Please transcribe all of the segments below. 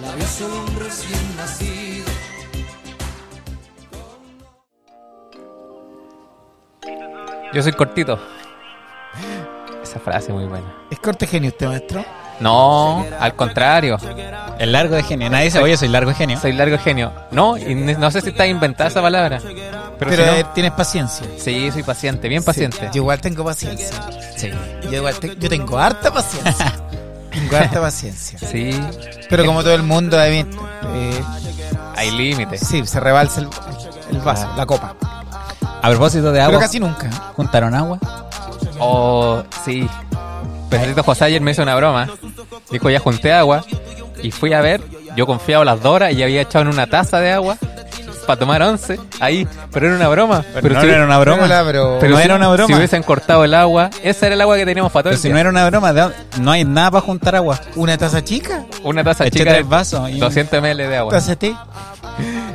nace un recién nacido. Yo soy cortito. Esa frase muy buena. Es corte genio usted, maestro. No, al contrario. El largo de genio. Nadie dice, oye, soy largo de genio. Soy largo genio. No, y ne- no sé si está inventada esa palabra. Pero, Pero, si no- eh, tienes paciencia. sí, soy paciente, bien paciente. Yo igual tengo paciencia. Sí. Yo, igual te- yo tengo harta paciencia. tengo harta paciencia. Sí, Pero como todo el mundo, David, eh, hay límites. sí, Ah. se rebalsa el, el vaso, la copa. A propósito de Pero agua, casi nunca. juntaron agua. Oh, sí. Pedrito José ayer me hizo una broma. Dijo, ya junté agua. Y fui a ver, yo confiaba las dos horas y había echado en una taza de agua para tomar once. Ahí, pero era una broma. Pero, no si- era una broma. Hola, bro. Pero- no si- era una broma. Si hubiesen cortado el agua, ese era el agua que teníamos para todo Pero el si día. no era una broma, ¿de dónde- no hay nada para juntar agua. ¿Una taza chica? Una taza Eché chica de tres vasos y un- 200 ml de agua. ¿Taza de té?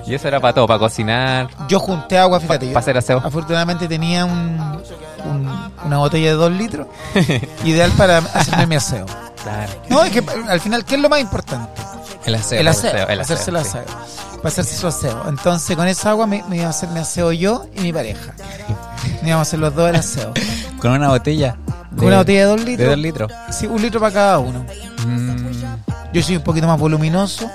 Y eso era para todo, para cocinar, Yo junté agua, fíjate. yo para hacer aseo. Ah, afortunadamente tenía un, un- una botella de dos litros, ideal para hacerme mi aseo. Claro. No, es que al final, ¿qué es lo más importante? El aseo. El aseo, aseo, el hacerse el aseo, aseo. Para hacerse su aseo. Entonces, con esa agua me, me iba a hacer mi aseo yo y mi pareja. Nos íbamos a hacer los dos el aseo. Con una botella. Con una botella de dos de litros. dos litros. Sí, un litro para cada uno. Yo soy un poquito más voluminoso,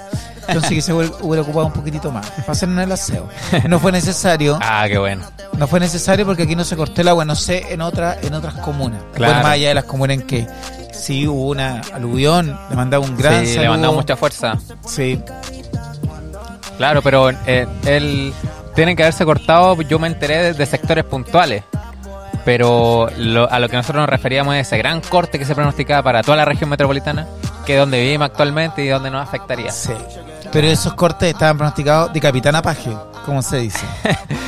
entonces que se hubiera hubiera ocupado un poquitito más. Para hacernos el aseo. No fue necesario. Ah, qué bueno. No fue necesario porque aquí no se cortó el agua, no sé, en, otra, en otras comunas. Después, Claro. más allá de las comunas en que sí hubo una aluvión, le mandaba un gran sí, le saludo. mandamos mucha fuerza. Sí, Claro, pero eh, él tienen que haberse cortado, yo me enteré de, de sectores puntuales. Pero lo- a lo que nosotros nos referíamos es ese gran corte que se pronosticaba para toda la región metropolitana, que es donde vivimos actualmente y donde nos afectaría. sí. Pero esos cortes estaban pronosticados de Capitán Apaje, como se dice.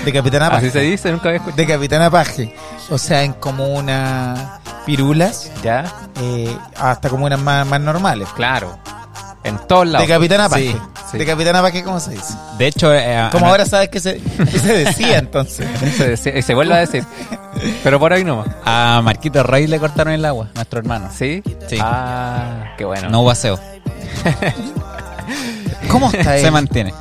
De Capitán Así se Apaje. dice, nunca había escuchado. De Capitán Apaje. O sea, en comunas pirulas, Ya, eh, hasta comunas más, más normales. claro. En todos lados. De Capitán Apaje. Sí, sí. Ah, De Capitán Apaje, ¿cómo se dice? De hecho, eh, Como ana- ahora sabes que se, que se decía entonces. Se, dice- y se vuelve a decir. Pero por ahí nomás. a Marquito Rey le cortaron el agua, nuestro hermano. ¿Sí? Sí. Ah, qué bueno. No hubo aseo. ¿Cómo está Se él? mantiene.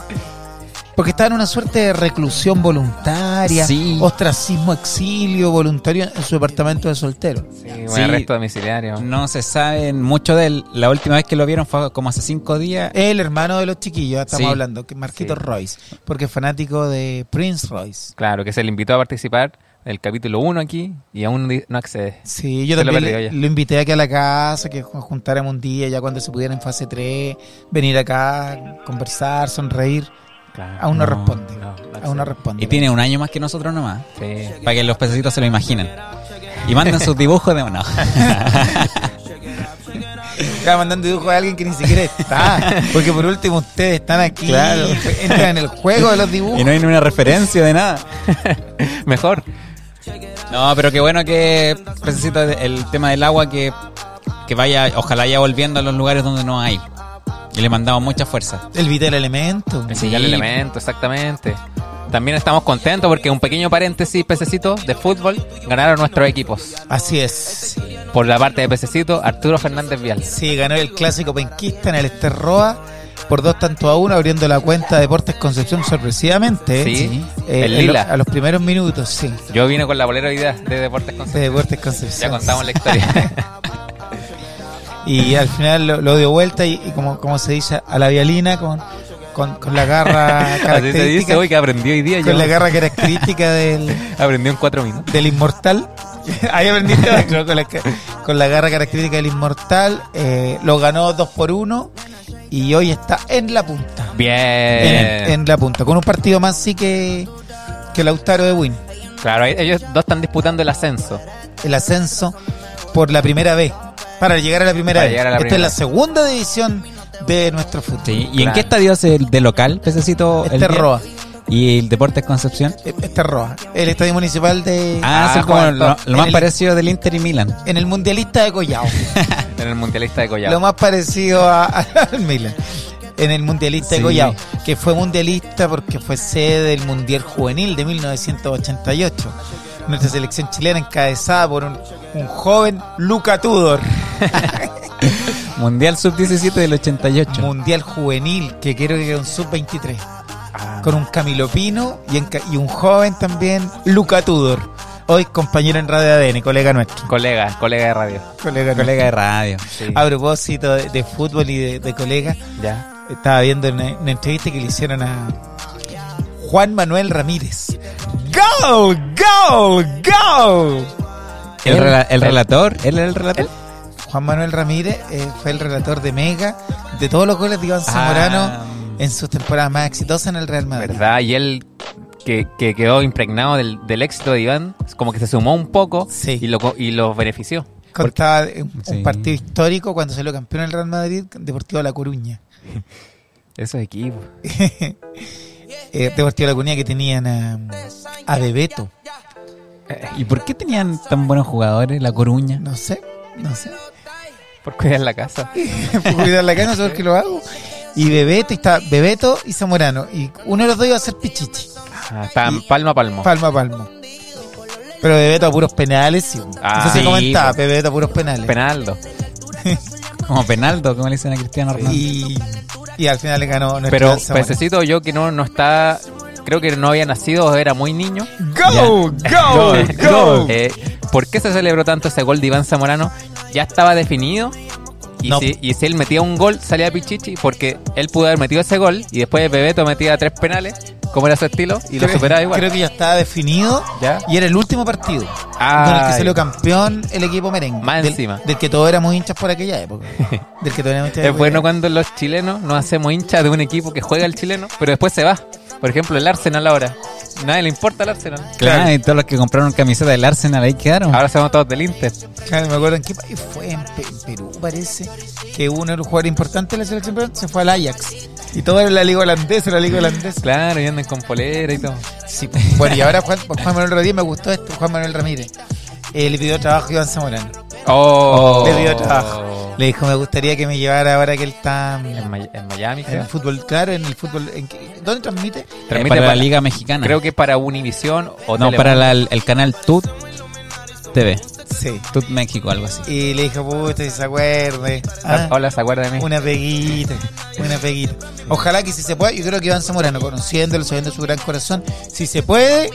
Porque estaba en una suerte de reclusión voluntaria, Sí. ostracismo, exilio voluntario en su departamento de soltero. Sí, buen Sí. arresto domiciliario. No se sabe mucho de él. La última vez que lo vieron fue como hace cinco días. El hermano de los chiquillos, estamos Sí. hablando, que Marquito Sí. Royce, porque es fanático de Prince Royce. Claro, que se le invitó a participar del capítulo 1 aquí y aún di- no accede. Sí, yo Se lo también perdió le- ya. lo invité aquí a la casa, que nos juntáramos un día, ya cuando se pudiera en fase 3, venir acá, conversar, sonreír. Aún no, No, responde. no, no aún no accede. responde. Y tiene un año más que nosotros nomás. Sí. Para que los pececitos se lo imaginen. Y manden sus dibujos de uno. Estaba mandando dibujos a alguien que ni siquiera está. Porque por último ustedes están aquí, Claro. entran en el juego de los dibujos. y no hay ni una referencia de nada. Mejor. No, pero qué bueno que pececito el tema del agua que, que vaya, ojalá ya volviendo a los lugares donde no hay. Y le mandamos mucha fuerza. El vital elemento. El Sí. vital elemento, exactamente. También estamos contentos porque un pequeño paréntesis, pececito, de fútbol, ganaron nuestros equipos. Así es. Por la parte de pececito, Arturo Fernández Vial. Sí, ganó el clásico penquista en el Esterroa por dos tantos a uno, abriendo la cuenta Deportes Concepción sorpresivamente. Eh, Sí, el en lila. lo- a los primeros minutos, sí. Yo vine con la bolera hoy día de Deportes De Concepción. Deportes Ya Concepción. contamos la historia. Y al final lo, lo dio vuelta y, y como, como se dice, a la vialina con, con, con la garra Así se dice característica. hoy que aprendí hoy día. con la Yo garra característica del, aprendí en cuatro minutos. del inmortal. Ahí aprendiste otro, con la, ca- con la garra característica del inmortal. eh, lo ganó dos por uno y hoy está en la punta. Bien. en, en la punta. Con un partido más sí que, que Lautaro de Win. Claro, ellos dos están disputando el ascenso. El ascenso por la primera vez. Para llegar a la primera Para vez. llegar a la Esta primera. es la segunda división de nuestro fútbol. Sí, ¿Y Claro. en qué estadio es el de local, pececito? el Este es día? Roa. ¿Y el Deportes Concepción? eh, Este es Roa. El estadio municipal de. Ah, Ah, son como Juan, lo, en lo más el- parecido del Inter y Milan. En el mundialista de Collao. En el mundialista de Collado. lo más parecido a, al Milan. En el mundialista de Sí. Collao. Que fue mundialista porque fue sede del Mundial Juvenil de 1988. Nuestra selección chilena encabezada por un, un joven Luca Tudor. Mundial Sub-17 del 88. Mundial Juvenil, que creo que era un sub-23. Ah. Con un Camilo Pino y, en ca- y un joven también, Luca Tudor. Hoy compañero en Radio ADN, colega nuestro. Colega, colega de radio. Colega, Colega de radio. A propósito de, de fútbol y de, de colegas, Ya. estaba viendo una, una entrevista que le hicieron a Juan Manuel Ramírez. ¡Go! ¡Go! ¡Go! El, rela- el relator, él era el relator. Juan Manuel Ramírez eh, fue el relator de Mega, de todos los goles de Ah, Iván Zamorano en sus temporadas más exitosas en el Real Madrid. Ah. ¿Verdad? Y él que, que quedó impregnado del, del éxito de Iván, como que se sumó un poco Sí. y lo, co- y lo benefició. Contaba de un, Sí. un partido histórico cuando salió campeón el Real Madrid, Deportivo La Coruña. Eso es equipo. Eh, Deportivo La Coruña que tenían a, a Bebeto. ¿Y por qué tenían tan buenos jugadores La Coruña? No sé, ¿eh? no sé. Por cuidar la casa. Por cuidar la casa, ¿sabes que lo hago? Y Bebeto, y está Bebeto y Zamorano. Y uno de los dos iba a ser Pichichi. Ah, estaban palmo a palmo. Palmo a palmo. Pero Bebeto a puros penales, sí. Ah, Eso se sí, comentaba, Bebeto a puros penales. Penaldo. Como Penaldo, como le dicen a Cristiano Ronaldo. y, y al final le ganó nuestro Pero Real Zamorano. Pececito yo que no, no está... Creo que no había nacido, o era muy niño. ¡Go! ¡Go! ¡Go! Eh, ¿Por qué se celebró tanto ese gol de Iván Zamorano? Ya estaba definido. Y, No. si, y si él metía un gol, salía Pichichi, porque él pudo haber metido ese gol y después Bebeto metía tres penales, como era su estilo, y lo Creo- superaba igual. Creo que ya estaba definido Ya. y era el último partido con el que Ay, salió campeón el equipo merengue. Más del, encima. Del que todos éramos hinchas por aquella época. del que todos éramos hinchas. es por bueno aquella cuando los chilenos nos hacemos hinchas de un equipo que juega el chileno, pero después se va. Por ejemplo, el Arsenal ahora. Nadie le importa el Arsenal. Claro, y todos los que compraron camiseta del Arsenal ahí quedaron. Ahora somos todos del Inter. época. Claro, me acuerdo en qué país fue, en, Pe- en Perú parece, que uno de los jugadores importantes de la selección peruana se fue al Ajax. Y todo era la liga holandesa, la liga holandesa. Claro, y andan con polera y todo. Sí, Eh, bueno, y ahora Juan, Juan Manuel Rodríguez me gustó esto, Juan Manuel Ramírez. Eh, le pidió trabajo a Iván Zamorano. Oh, Le pidió trabajo. Le dijo, me gustaría que me llevara ahora que él está mm, En, May- en Miami, en creo. el fútbol, claro, en el fútbol. ¿en qué- ¿Dónde transmite? Eh, Transmite para, para- la Liga Mexicana. Creo que para Univision o no, Telemundo. para la- el canal Tut TV. Sí. Tut México, algo así. Y le dijo, puta, si se acuerde. Ah, Hola, ¿se acuerdan de mí? Una peguita, una peguita. Ojalá que si se pueda, yo creo que Iván Zamorano, conociéndolo, sabiendo su gran corazón, si se puede,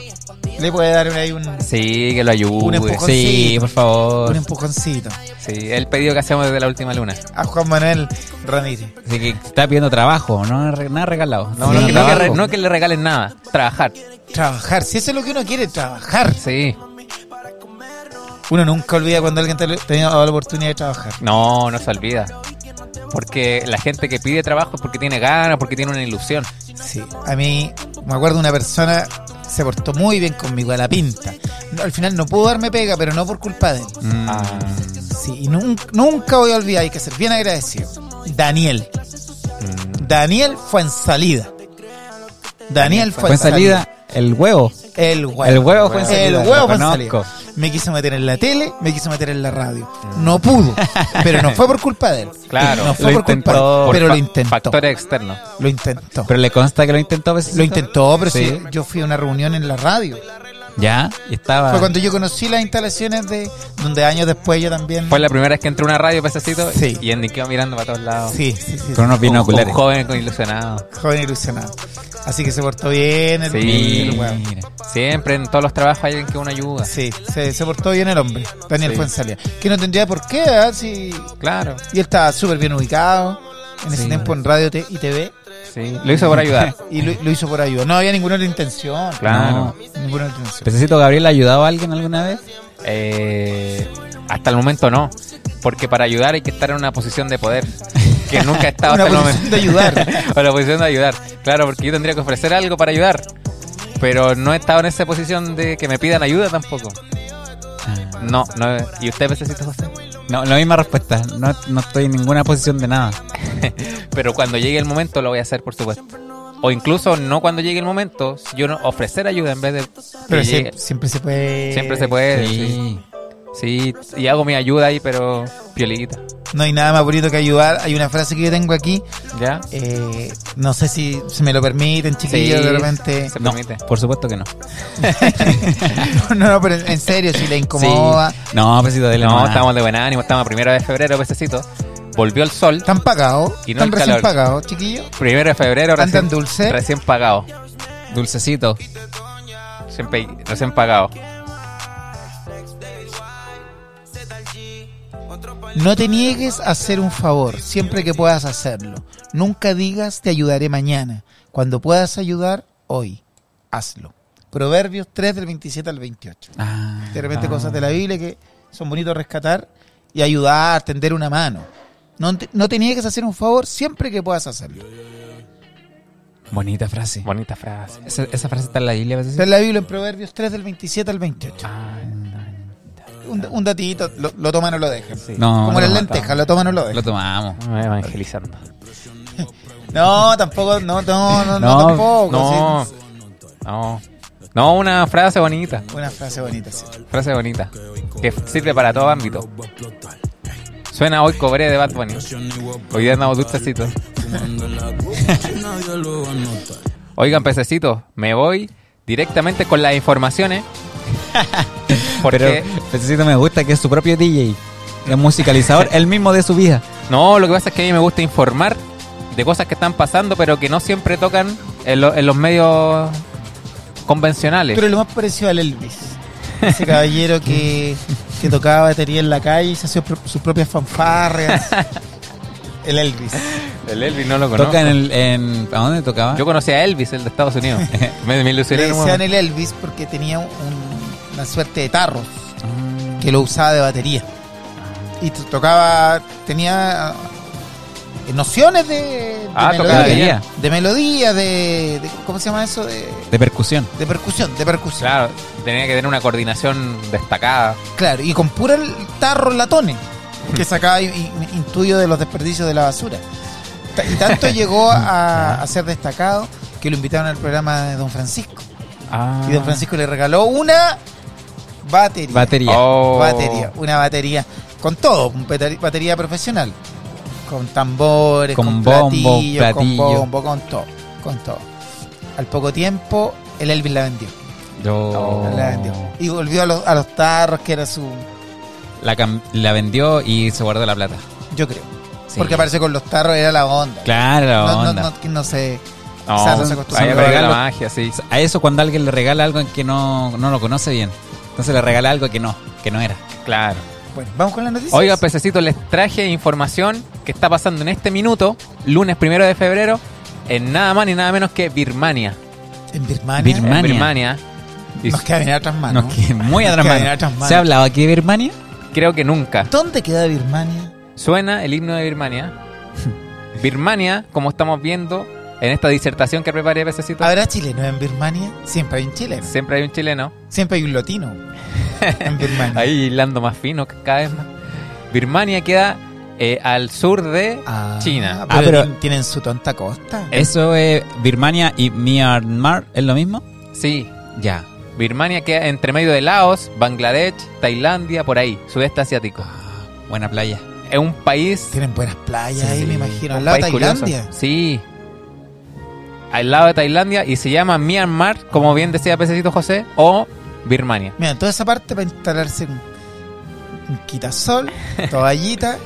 le puede dar ahí un, Sí, que lo Un ayude. empujón. Pues Sí, por un favor. empujoncito Sí, el pedido que hacemos desde la última luna. a Juan Manuel Ramírez. Así que está pidiendo trabajo, no re- nada regalado. No, Sí, no, que, no, que re- trabajo. no que le regalen nada, trabajar. Trabajar, si eso es lo que uno quiere, trabajar. Sí, Uno nunca olvida cuando alguien te te ha dado la oportunidad de trabajar. no, no se olvida. Porque la gente que pide trabajo es porque tiene ganas, porque tiene una ilusión. Sí, a mí me acuerdo una persona se portó muy bien conmigo a la pinta. No, al final no pudo darme pega, pero no por culpa de él. Mm. Ah, Sí, y nun- nunca, voy a olvidar, hay que ser bien agradecido. Daniel. mm. Daniel fue en salida. Daniel fue, Fue en salida el huevo. El huevo. El huevo fue en El salida, huevo lo fue en conozco. salida. Me quiso meter en la tele, me quiso meter en la radio. No pudo, pero no fue por culpa de él. Claro, no fue lo por culpa de intentó. él, Por pero lo fa- intentó. Factores externos. Lo intentó. Pero le consta que lo intentó. ¿ves? Lo intentó, pero Sí. sí, yo fui a una reunión en la radio. Ya, y estaba. Fue cuando yo conocí las instalaciones de donde años después yo también. Fue la primera vez que entré a una radio, pececito, Sí. y indiqué mirando para todos lados. Sí, sí, sí. Con unos Un- Un, binoculares. joven con ilusionado. Joven ilusionado. Así que se portó bien el, Sí. el huevo. Mira. Siempre en todos los trabajos hay alguien que uno ayuda. Sí, se, se portó bien el hombre, Daniel Sí. Fuensalía. Que no tendría por qué, ¿ah? si Claro, y él estaba súper bien ubicado en ese Sí. tiempo en radio te- y TV sí. Lo hizo por ayudar. y lo, lo hizo por ayuda. No había ninguna otra intención. Claro. No, ninguna otra intención. ¿Pececito Gabriel ha ayudado a alguien alguna vez? Eh, hasta el momento no. Porque para ayudar hay que estar en una posición de poder. Que nunca he estado Una hasta el posición momento. de ayudar. o la posición de ayudar. Claro, porque yo tendría que ofrecer algo para ayudar. Pero no he estado en esa posición de que me pidan ayuda tampoco. No, no. ¿Y usted necesita José? Ah, No, la misma respuesta. No, no estoy en ninguna posición de nada. Pero cuando llegue el momento lo voy a hacer, por supuesto. O incluso no cuando llegue el momento, yo no ofrecer ayuda en vez de. que Pero llegue. siempre, siempre se puede. Siempre se puede. Sí. Sí. Sí, y hago mi ayuda ahí, pero piolita. No hay nada más bonito que ayudar. Hay una frase que yo tengo aquí. ¿Ya? eh, no sé si se me lo permiten, chiquillos, Sí, de repente. se No, permite. por supuesto que no. No, no, pero en en serio, si le incomoda. Sí. No, Pececito, dele No, nomás. estamos de buen ánimo, estamos a primero de febrero, pececito. volvió el sol. Están pagados. Y no Están el recién calor. pagados, chiquillos. Primero de febrero ¿Andan recién, dulce? recién pagado. Dulcecito. Recién, pe- recién pagado. No te niegues a hacer un favor, siempre que puedas hacerlo. Nunca digas te ayudaré mañana. Cuando puedas ayudar, hoy. Hazlo. Proverbios 3 del 27 al 28. Ah, De repente cosas de la Biblia que son bonitos rescatar y ayudar, tender una mano. No te, no te niegues a hacer un favor siempre que puedas hacerlo. bonita frase. Bonita frase. Esa, esa frase está en la Biblia. Está en la Biblia en Proverbios 3 del 27 al 28. Ah, no. Un, un datito, lo, lo toman o lo dejan. No, Como no, las no, lentejas, lo toman o lo Lo dejan. tomamos. Me evangelizando. No, tampoco, no, no, no, no tampoco. No, sí. no. No, una frase bonita. Una frase bonita, sí. Frase bonita. Que sirve para todo ámbito. Suena hoy cobré de Bad Bunny. Hoy día andamos dulcecitos. Oigan, pececitos, me voy directamente con las informaciones. Porque Pero Pececito me gusta que es su propio DJ. El musicalizador, el mismo de su vida. no, lo que pasa es que a mí me gusta informar de cosas que están pasando, pero que no siempre tocan en, lo- en los medios convencionales. Pero lo más parecido al Elvis. Ese caballero que, que tocaba batería en la calle y se hacía pro- sus propias fanfarrias. El Elvis. el Elvis no lo Toca en conozco. el. En, ¿A dónde tocaba? Yo conocí a Elvis, el de Estados Unidos. me, me ilusioné. Le en un decían momento. el Elvis porque tenía un- una suerte de tarros que lo usaba de batería. Y to- tocaba, tenía eh, nociones de, de Ah, tocaba batería. de melodía, de, de- ¿cómo se llama eso? De, De percusión. de percusión, de percusión. Claro, tenía que tener una coordinación destacada. Claro, y con pura el- tarros latones que sacaba y- y- intuyo de los desperdicios de la basura. Ta- Y tanto llegó a, a ser destacado que lo invitaron al programa de Don Francisco. Y Ah. Don Francisco le regaló una batería. Batería. Oh. Batería, una batería con todo, un petari- batería profesional. Con tambores, con, Con bombo, platillos, con platillo. bombo, con todo, con todo. Al poco tiempo, el Elvis la vendió. Yo- La La, vendió. Y volvió a los, a los tarros, que era su, cam- la vendió y se guardó la plata. Yo creo. Sí. Porque parece con los tarros era la onda. Claro, la No, no, onda. no, que no sé. No, O sea, no se acostumbra. había perdido la Regalos. magia, sí. A eso cuando alguien le regala algo que no, no lo conoce bien. Entonces le regala algo que no, que no era. Claro. Bueno, vamos con las noticias. Oiga, pececito, les traje información que está pasando en este minuto, lunes primero de febrero, en nada más ni nada menos que Birmania. En Birmania. Birmania. En Birmania. Y Nos queda bien otras manos. Nos queda muy Nos atrás queda mano. bien atrás mano. ¿Se ha hablado aquí de Birmania? creo que nunca. ¿Dónde queda Birmania? Suena el himno de Birmania. Birmania, como estamos viendo en esta disertación que preparé, pececito, ¿Habrá chileno en Birmania? Siempre hay un chileno. siempre hay un chileno. Siempre hay un latino en Birmania. Ahí hilando más fino cada vez más. Birmania queda eh, al sur de Ah, China. Eh, Pero Ah, pero- tien- tienen su tonta costa. ¿Eso es Birmania y Myanmar? ¿Es lo mismo? Sí, Ya. Birmania queda entre medio de Laos, Bangladesh, Tailandia, por ahí, sudeste asiático. Ah, buena playa. Es un país. Tienen buenas playas Sí, ahí, me un imagino. Al lado de país curioso. Tailandia. Sí. Al lado de Tailandia y se llama Myanmar, como bien decía Pececito José, o Birmania. Mira, toda esa parte para instalarse un, un quitasol, toallita,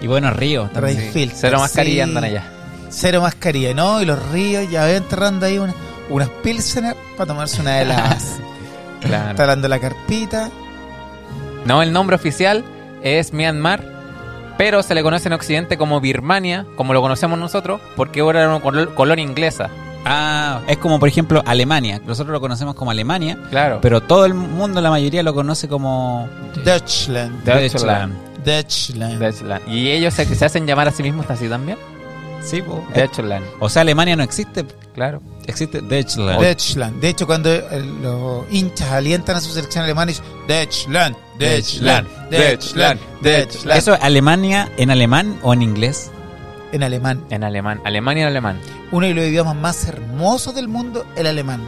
Y buenos ríos ray también. filter, Cero mascarilla sí. andan allá. cero mascarilla, ¿no? Y los ríos, ya ven enterrando ahí una- unas pilsener para tomarse una de las. Claro. talando la carpita. No, el nombre oficial es Myanmar, pero se le conoce en Occidente como Birmania, como lo conocemos nosotros, porque ahora era una colo- colonia inglesa. Ah, es como por ejemplo Alemania. Nosotros lo conocemos como Alemania, Claro. pero todo el mundo, la mayoría, lo conoce como Dutchland. Deutschland. Dutchland. Deutschland. Y ellos se, se hacen llamar a sí mismos así también. Sí, po. Deutschland, O sea, Alemania no existe, claro. existe Deutschland. Dutchland. De hecho, cuando eh, los hinchas alientan a su selección alemana, dicen Dutchland, Dutchland, Dutchland, Dutchland. Eso ¿Eso es Alemania en alemán o en inglés? en alemán. En alemán. Alemania en alemán. Uno de los idiomas más hermosos del mundo, el alemán.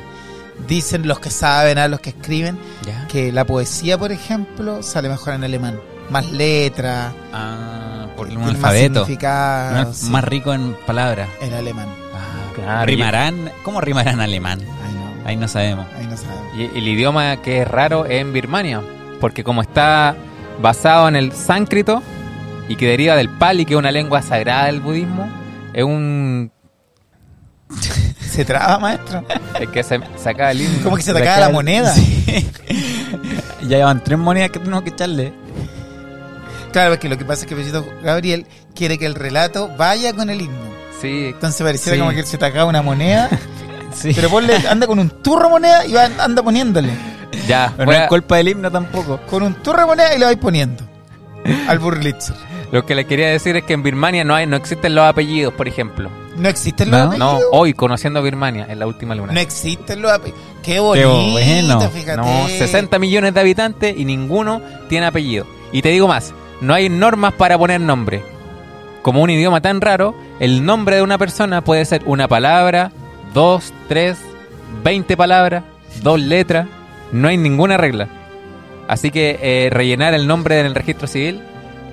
Dicen los que saben, a los que escriben, Ya. que la poesía, por ejemplo, sale mejor en alemán. Más letra, Ah, por un tiene más alfabeto. Un significado, al- sí, Más rico en palabras. en alemán. Ah, Claro, ¿Rimarán? ¿Cómo rimarán alemán? Ahí no, Ahí no sabemos. ahí no sabemos. Y el idioma que es raro es en Birmania, porque como está basado en el sánscrito, y que deriva del pali, que es una lengua sagrada del budismo, es un... Se traba, maestro. Es que se saca el himno. Como que se te acaba la moneda. ya llevan tres monedas que tenemos que echarle. Claro, es que lo que pasa es que Pechito Gabriel quiere que el relato vaya con el himno. Sí, Entonces pareciera Sí. como que se te acaba una moneda. Sí. Pero ponle, anda con un turro moneda y va- anda poniéndole. ya. Pero fuera- no es culpa del himno tampoco. Con un turro moneda y lo vais poniendo. Al burlitzer. Lo que les quería decir es que en Birmania no hay, no existen los apellidos, por ejemplo. No existen los No, No, apellidos. hoy conociendo Birmania en la última luna. No existen los apellidos. Qué bonito, bueno. fíjate. No, 60 millones de habitantes y ninguno tiene apellido. Y te digo más, no hay normas para poner nombre. Como un idioma tan raro, el nombre de una persona puede ser una palabra, dos, tres, veinte palabras, dos letras. No hay ninguna regla. Así que eh, rellenar el nombre en el registro civil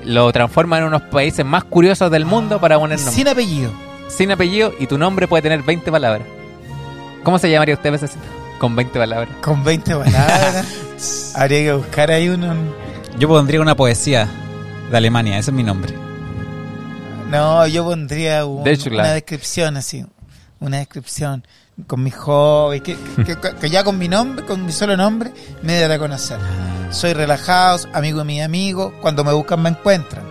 lo transforma en unos países más curiosos del mundo para poner nombre. Sin apellido. sin apellido y tu nombre puede tener 20 palabras. ¿Cómo se llamaría usted veces con 20 palabras? Con 20 palabras. Habría que buscar ahí uno. Yo pondría una poesía de Alemania, ese es mi nombre. No, yo pondría un- De hecho, claro. una descripción así. Una descripción con mi hobby. Que, que- que- que ya con mi nombre, con mi solo nombre, me dará a conocer. Ah. Soy relajado, amigo de mis amigos. Cuando me buscan, me encuentran.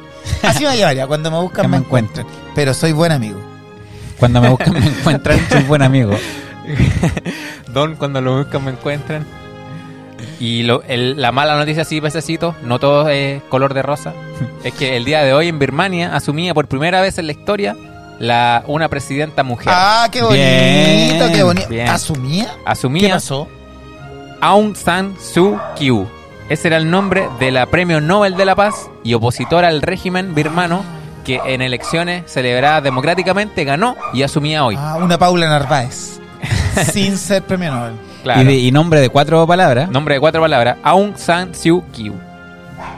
Así me llamaría. Cuando me buscan, Que me me encuentran. Pero soy buen amigo. Cuando me buscan me encuentran, soy buen amigo. Don, cuando lo buscan me encuentran. Y lo- el- la mala noticia, sí, pececito, no todo es color de rosa. Es que el día de hoy en Birmania asumía por primera vez en la historia la, una presidenta mujer. Ah, qué bonito, Bien, qué bonito. bien. ¿Asumía? ¿Qué Asumía pasó? Aung San Suu Kyi. Ese era el nombre de la Premio Nobel de la Paz y opositora al régimen birmano que en elecciones celebradas democráticamente ganó y asumía hoy. Ah, una Paula Narváez. sin ser premio Nobel. Claro. Y, de- y nombre de cuatro palabras. Nombre de cuatro palabras. Aung San Suu Kyi.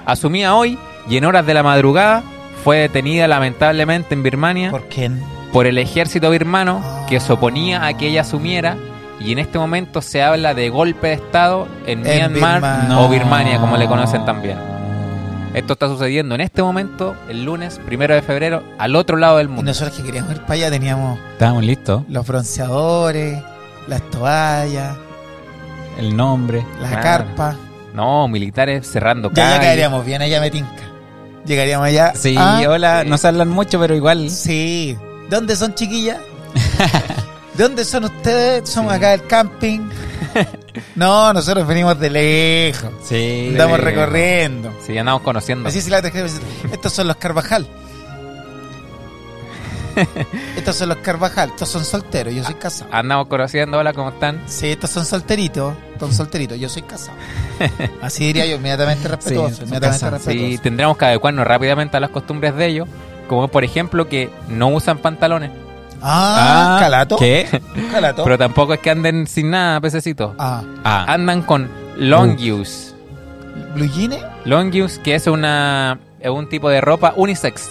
Asumía hoy y en horas de la madrugada fue detenida lamentablemente en Birmania por, ¿Por quién? el ejército birmano que se oponía a que ella asumiera y en este momento se habla de golpe de estado en, En Myanmar Birmania. o Birmania como le conocen también. Esto está sucediendo en este momento, el lunes primero de febrero, al otro lado del Y mundo. nosotros que queríamos ir para allá teníamos Estábamos listos. los bronceadores, las toallas, El nombre. la Claro. carpa. No, militares cerrando Ya, ya calles. caeríamos bien allá, me tinca. Llegaríamos allá. Sí, Ah, hola, sí. no se hablan mucho, pero igual. Sí. ¿Dónde son, chiquillas? ¿De dónde son ustedes? Somos acá del camping. No, nosotros venimos de lejos. Sí. Andamos lejos. recorriendo. Sí, andamos conociendo. Así se la describe. Estos son los Carvajal. Estos son los Carvajal. Estos son solteros. Yo soy casado. Andamos conociendo, hola, ¿cómo están? Sí, estos son solteritos. Son solteritos. Yo soy casado. Así diría yo. Inmediatamente respetuoso. Sí, son inmediatamente casados. respetuoso. Sí, tendremos que adecuarnos rápidamente a las costumbres de ellos, como por ejemplo que no usan pantalones, Ah, calato. ¿Qué? Calato. pero tampoco es que anden sin nada, pececitos. ah, Ah, Andan con longius. blue jeans. Longius, que es una es un tipo de ropa unisex.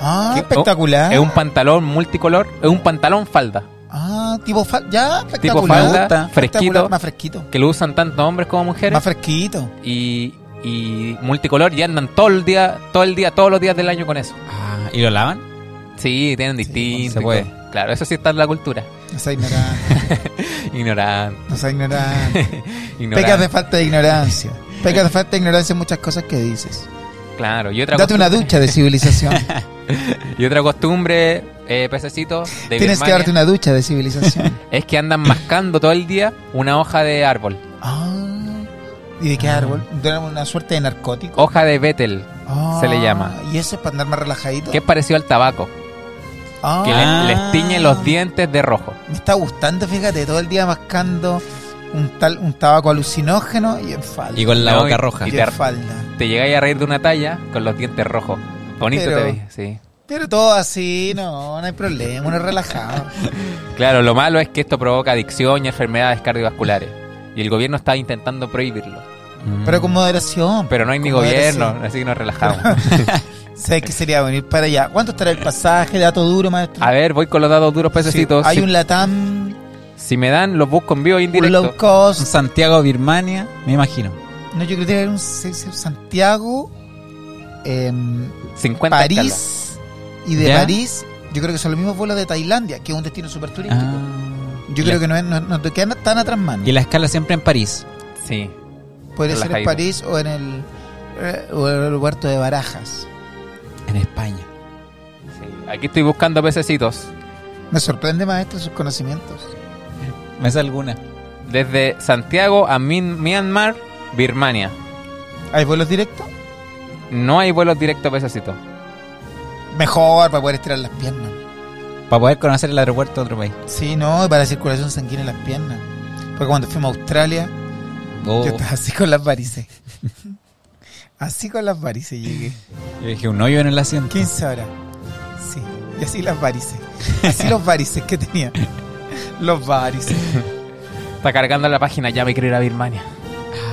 Ah, ¿Qué? Oh, espectacular. Es un pantalón multicolor, es un pantalón falda, Ah, tipo falda. Ya, espectacular. falda, Espectacular, fresquito. Más fresquito. que lo usan tanto hombres como mujeres. Más fresquito. y, y multicolor y andan todo el día, todo el día, todos los días del año con eso. Ah, ¿Y lo lavan? Sí, tienen distinto. se y puede. todo. Claro, eso sí está en la cultura. No seas ignorante. Ignorante, No seas ignorante. Pecas de ignorante. falta de ignorancia. Pecas de falta de ignorancia en muchas cosas que dices. Claro, y otra, Date una ducha de civilización. costu- y otra costumbre, eh, pececito, de Tienes que Birmania, darte una ducha de civilización. es que andan mascando todo el día una hoja de árbol. Ah, ¿Y de qué árbol? ¿Tenemos una suerte de narcótico? Hoja de betel, Ah, se le llama. ¿Y eso es para andar más relajadito? que es parecido al tabaco, Ah, que le- Ah. les tiñe los dientes de rojo. Me está gustando, fíjate, todo el día mascando un tal un tabaco alucinógeno y en falda. Y con la No, boca y- roja. Y te- en falda. Te llegáis a reír de una talla con los dientes rojos. Bonito Pero- te veis, sí. Pero todo así, no, no hay problema, uno es relajado. Claro, lo malo es que esto provoca adicción y enfermedades cardiovasculares. Y el gobierno está intentando prohibirlo. Mm. Pero con moderación. Pero no hay ni con gobierno, moderación. así que nos relajamos. ¿Sabes qué sería venir para allá? ¿Cuánto estará el pasaje, dato duro, maestro? A ver, voy con los dados duros, pececitos. Sí, hay si, un Latam, si me dan, los busco en vivo e un indirecto. low cost. Santiago, Birmania, me imagino. No, yo creo que debe haber un se- se- Santiago em, 50 escalas. París y de ¿Ya? París, yo creo que son los mismos vuelos de Tailandia, que es un destino súper turístico. Ah. Yo creo que no, es- no, no te quedan tan atrás mano. Y la escala siempre en París. Sí. Podría ser en relajadito. París o en el, eh, o en el huerto de Barajas. En España. sí. Aquí estoy buscando pececitos. Me sorprende maestro sus conocimientos. ¿Me hace alguna? Desde Santiago a Min- Myanmar, Birmania. ¿Hay vuelos directos? No hay vuelos directos a pececitos. Mejor para poder estirar las piernas. Para poder conocer el aeropuerto de otro país. Sí, no, para circulación sanguínea en las piernas. Porque cuando fuimos a Australia, Oh, yo yo, estaba así con las varices. así con las varices llegué. dije un hoyo en el asiento. 15 horas. Sí. Y así las varices. Así los varices que tenía. Los varices. Está cargando la página, ya me quiero ir a Birmania.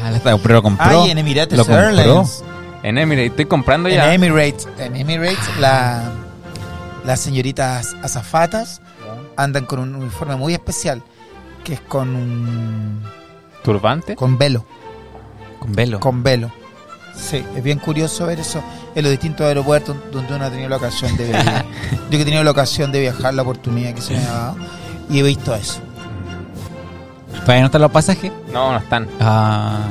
Ah, la está- pero lo compró. Ay, en Emirates lo compró. Airlines. En Emirates, estoy comprando En ya. Emirates, en Emirates la, las señoritas azafatas andan con un uniforme muy especial que es con un Em- Turbante. con velo, Con velo. con velo. Sí, es bien curioso ver eso en los distintos aeropuertos donde uno ha tenido la ocasión de viajar. Yo que he tenido la ocasión de viajar, la oportunidad que se me ha dado y he visto eso. ¿Para ahí no están los pasajes? No, no están. Ah.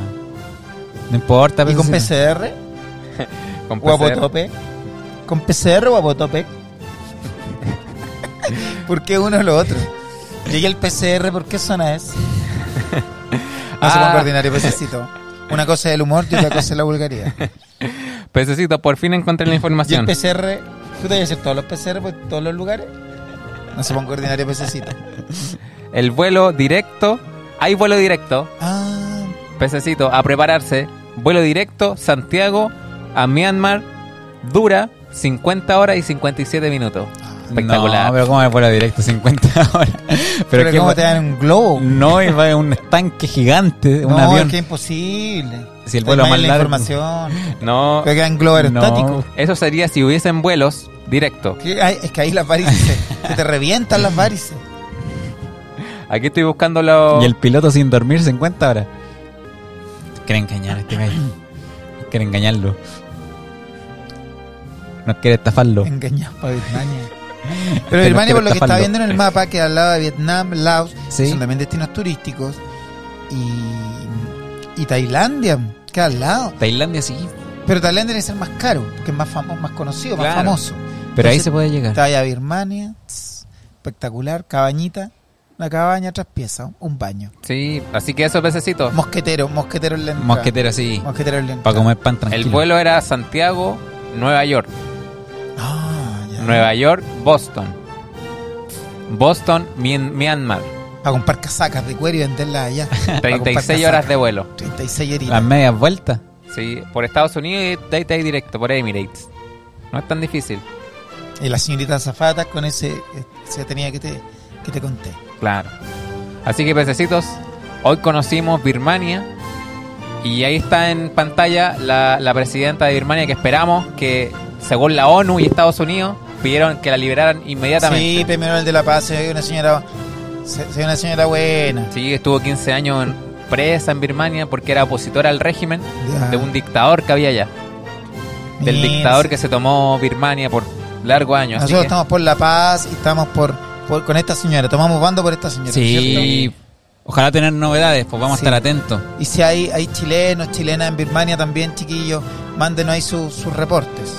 No importa. pues, ¿Y pero con sí. PCR? Con PCR. Guapotope. Con PCR o guapotope. ¿Por qué uno o lo otro? Llegué al PCR, ¿por qué zona es? No se Ah. ponga ordinario, pececito. Una cosa es el humor y otra cosa es la vulgaridad. Pececito, por fin encontré la Y el información. PCR, tú debes hacer todos los PCR por pues, todos los lugares. No se ponga ordinario, pececito. El vuelo directo. Hay vuelo directo. Ah, Pececito, a prepararse. Vuelo directo, Santiago a Myanmar. Dura 50 horas y 57 minutos. Ah, Espectacular. No, pero ¿cómo me fuera directo? 50 horas. pero, que ¿cómo te dan un globo? No, iba a un estanque gigante, un no, avión. es que es imposible. Si el Está vuelo mal más la largo. información. No, Creo que dan globo aerostático. No. eso sería si hubiesen vuelos directo. Que hay- es que ahí las varices, que te revientan las varices. Aquí estoy buscando los... Y el piloto sin dormir 50 horas. Quiere engañar a este gallo. Quiere engañarlo. No quiere estafarlo. Engañados para Birmania. Pero Pero Birmania, por lo que estafarlo. está viendo en el mapa, que al lado de Vietnam, Laos, Sí. son también destinos turísticos. Y, y Tailandia, que al lado. Tailandia sí. Pero Tailandia debe ser más caro, que es más, famo- más conocido, más Claro. famoso. Pero ahí Entonces, se puede llegar. Está allá Birmania, tss, espectacular, cabañita, una cabaña, tres piezas, un baño. Sí, así que eso, pececito. Mosquetero, mosquetero en la entrada. Mosquetero sí. Mosquetero en la entrada. Para comer pan tranquilo. El vuelo era Santiago, Nueva York. Ah, ya. Nueva York, Boston. Boston, Mien- Myanmar. Para comprar casacas de cuero y venderlas allá. Para comprar 36 casacas. horas de vuelo. 36 heridas. Las medias vueltas. Sí, por Estados Unidos y Daytay directo, por Emirates. No es tan difícil. Y Eh, la señorita Zafata con ese, esa tenía que te, que te conté. Claro. Así que pececitos, hoy conocimos Birmania y ahí está en pantalla la, la presidenta de Birmania que esperamos que, según la ONU y Estados Unidos, pidieron que la liberaran Sí, inmediatamente. primero el de La Paz, se ve una señora, se, se ve una señora buena. Sí, estuvo 15 años en- presa en Birmania porque era opositora al régimen de un dictador que había allá. Del Mira, dictador sí. que se tomó Birmania por largos años. así Nosotros que- estamos por La Paz y estamos por, por- con esta señora, tomamos bando por esta señora. Sí. Ojalá tener novedades, pues vamos Sí. a estar atentos. ¿cierto? Y si hay, hay chilenos, chilenas en Birmania también, chiquillos, mándenos ahí sus- sus reportes.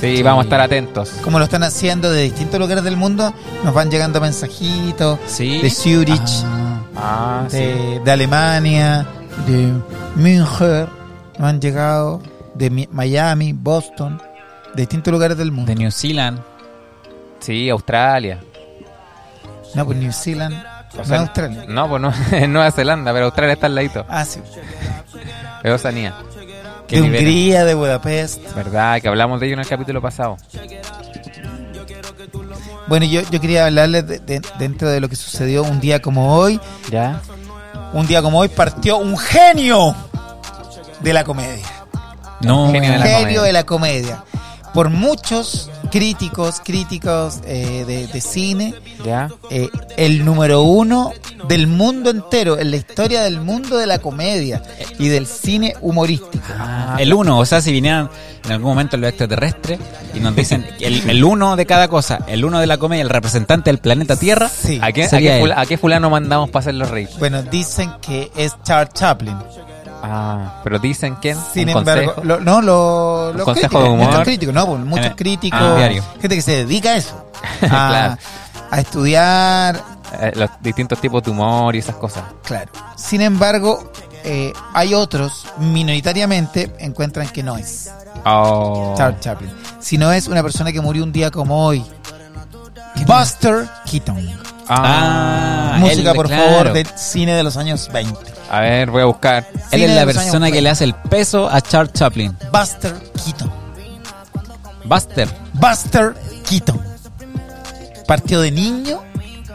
sí, Sí. vamos a estar atentos. Como lo están haciendo de distintos lugares del mundo, nos van llegando mensajitos Sí. de Zurich. Ah. Ah, de, de Alemania, de München, nos han llegado de Mi- Miami, Boston, de distintos lugares del mundo. de New Zealand. Sí, Australia. No, pues New Zealand, O no sea, Australia. No, pues no, en Nueva Zelanda, pero Australia está al ladito. Ah, sí. Es Oceanía. Qué De nivel. Hungría, de Budapest. Verdad, que hablamos de ello en el capítulo pasado. Bueno, yo, yo quería hablarles de- de- dentro de lo que sucedió un día como hoy. ¿Ya? Un día como hoy partió un genio de la comedia. No. Genio de la genio comedia. de la comedia. por muchos críticos, críticos eh, de, de cine, ¿Ya? eh, el número uno del mundo entero, en la historia del mundo de la comedia y del cine humorístico. Ah. el uno, o sea, si vinieran en algún momento los extraterrestres y nos dicen el, el uno de cada cosa, el uno de la comedia, el representante del planeta Tierra, Sí. ¿A, qué, a, Sería qué él. fula- a qué fulano mandamos para hacerlo reír? Bueno, dicen que es Charles Chaplin. Ah, pero dicen quién. Sin ¿Un embargo, consejo? lo- no, lo- los consejo críticos, de humor? muchos críticos, no, pues, muchos En el- críticos, ah, diario. gente que se dedica a eso, a, Claro. a estudiar, Eh, los distintos tipos de humor y esas cosas. claro. Sin embargo, eh, hay otros, minoritariamente, encuentran que no es Oh. Charles Chaplin, sino es una persona que murió un día como hoy. Buster Keaton. Ah, Música, él, por claro. favor, del cine de los años 20. A ver, voy a buscar. Él Cine es de la los años persona que 20. le hace el peso a Charles Chaplin. Buster Keaton. Buster. Buster Keaton. Partió de niño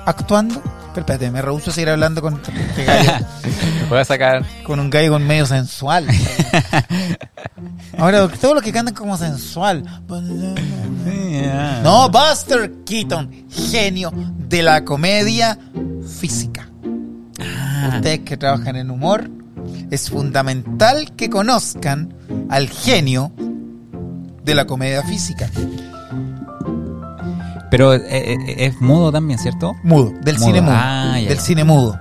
actuando. Pero espérate, me rehúso a seguir hablando con, este gallo, Voy a sacar. con un gallo con medio sensual. Ahora, todos los que cantan como sensual. No, Buster Keaton, genio de la comedia física. Ah. Ustedes que trabajan en humor, es fundamental que conozcan al genio de la comedia física. Pero eh, eh, es mudo también, ¿cierto? Mudo, del Mudo. cine mudo. Ah, ya, del ya. cine mudo.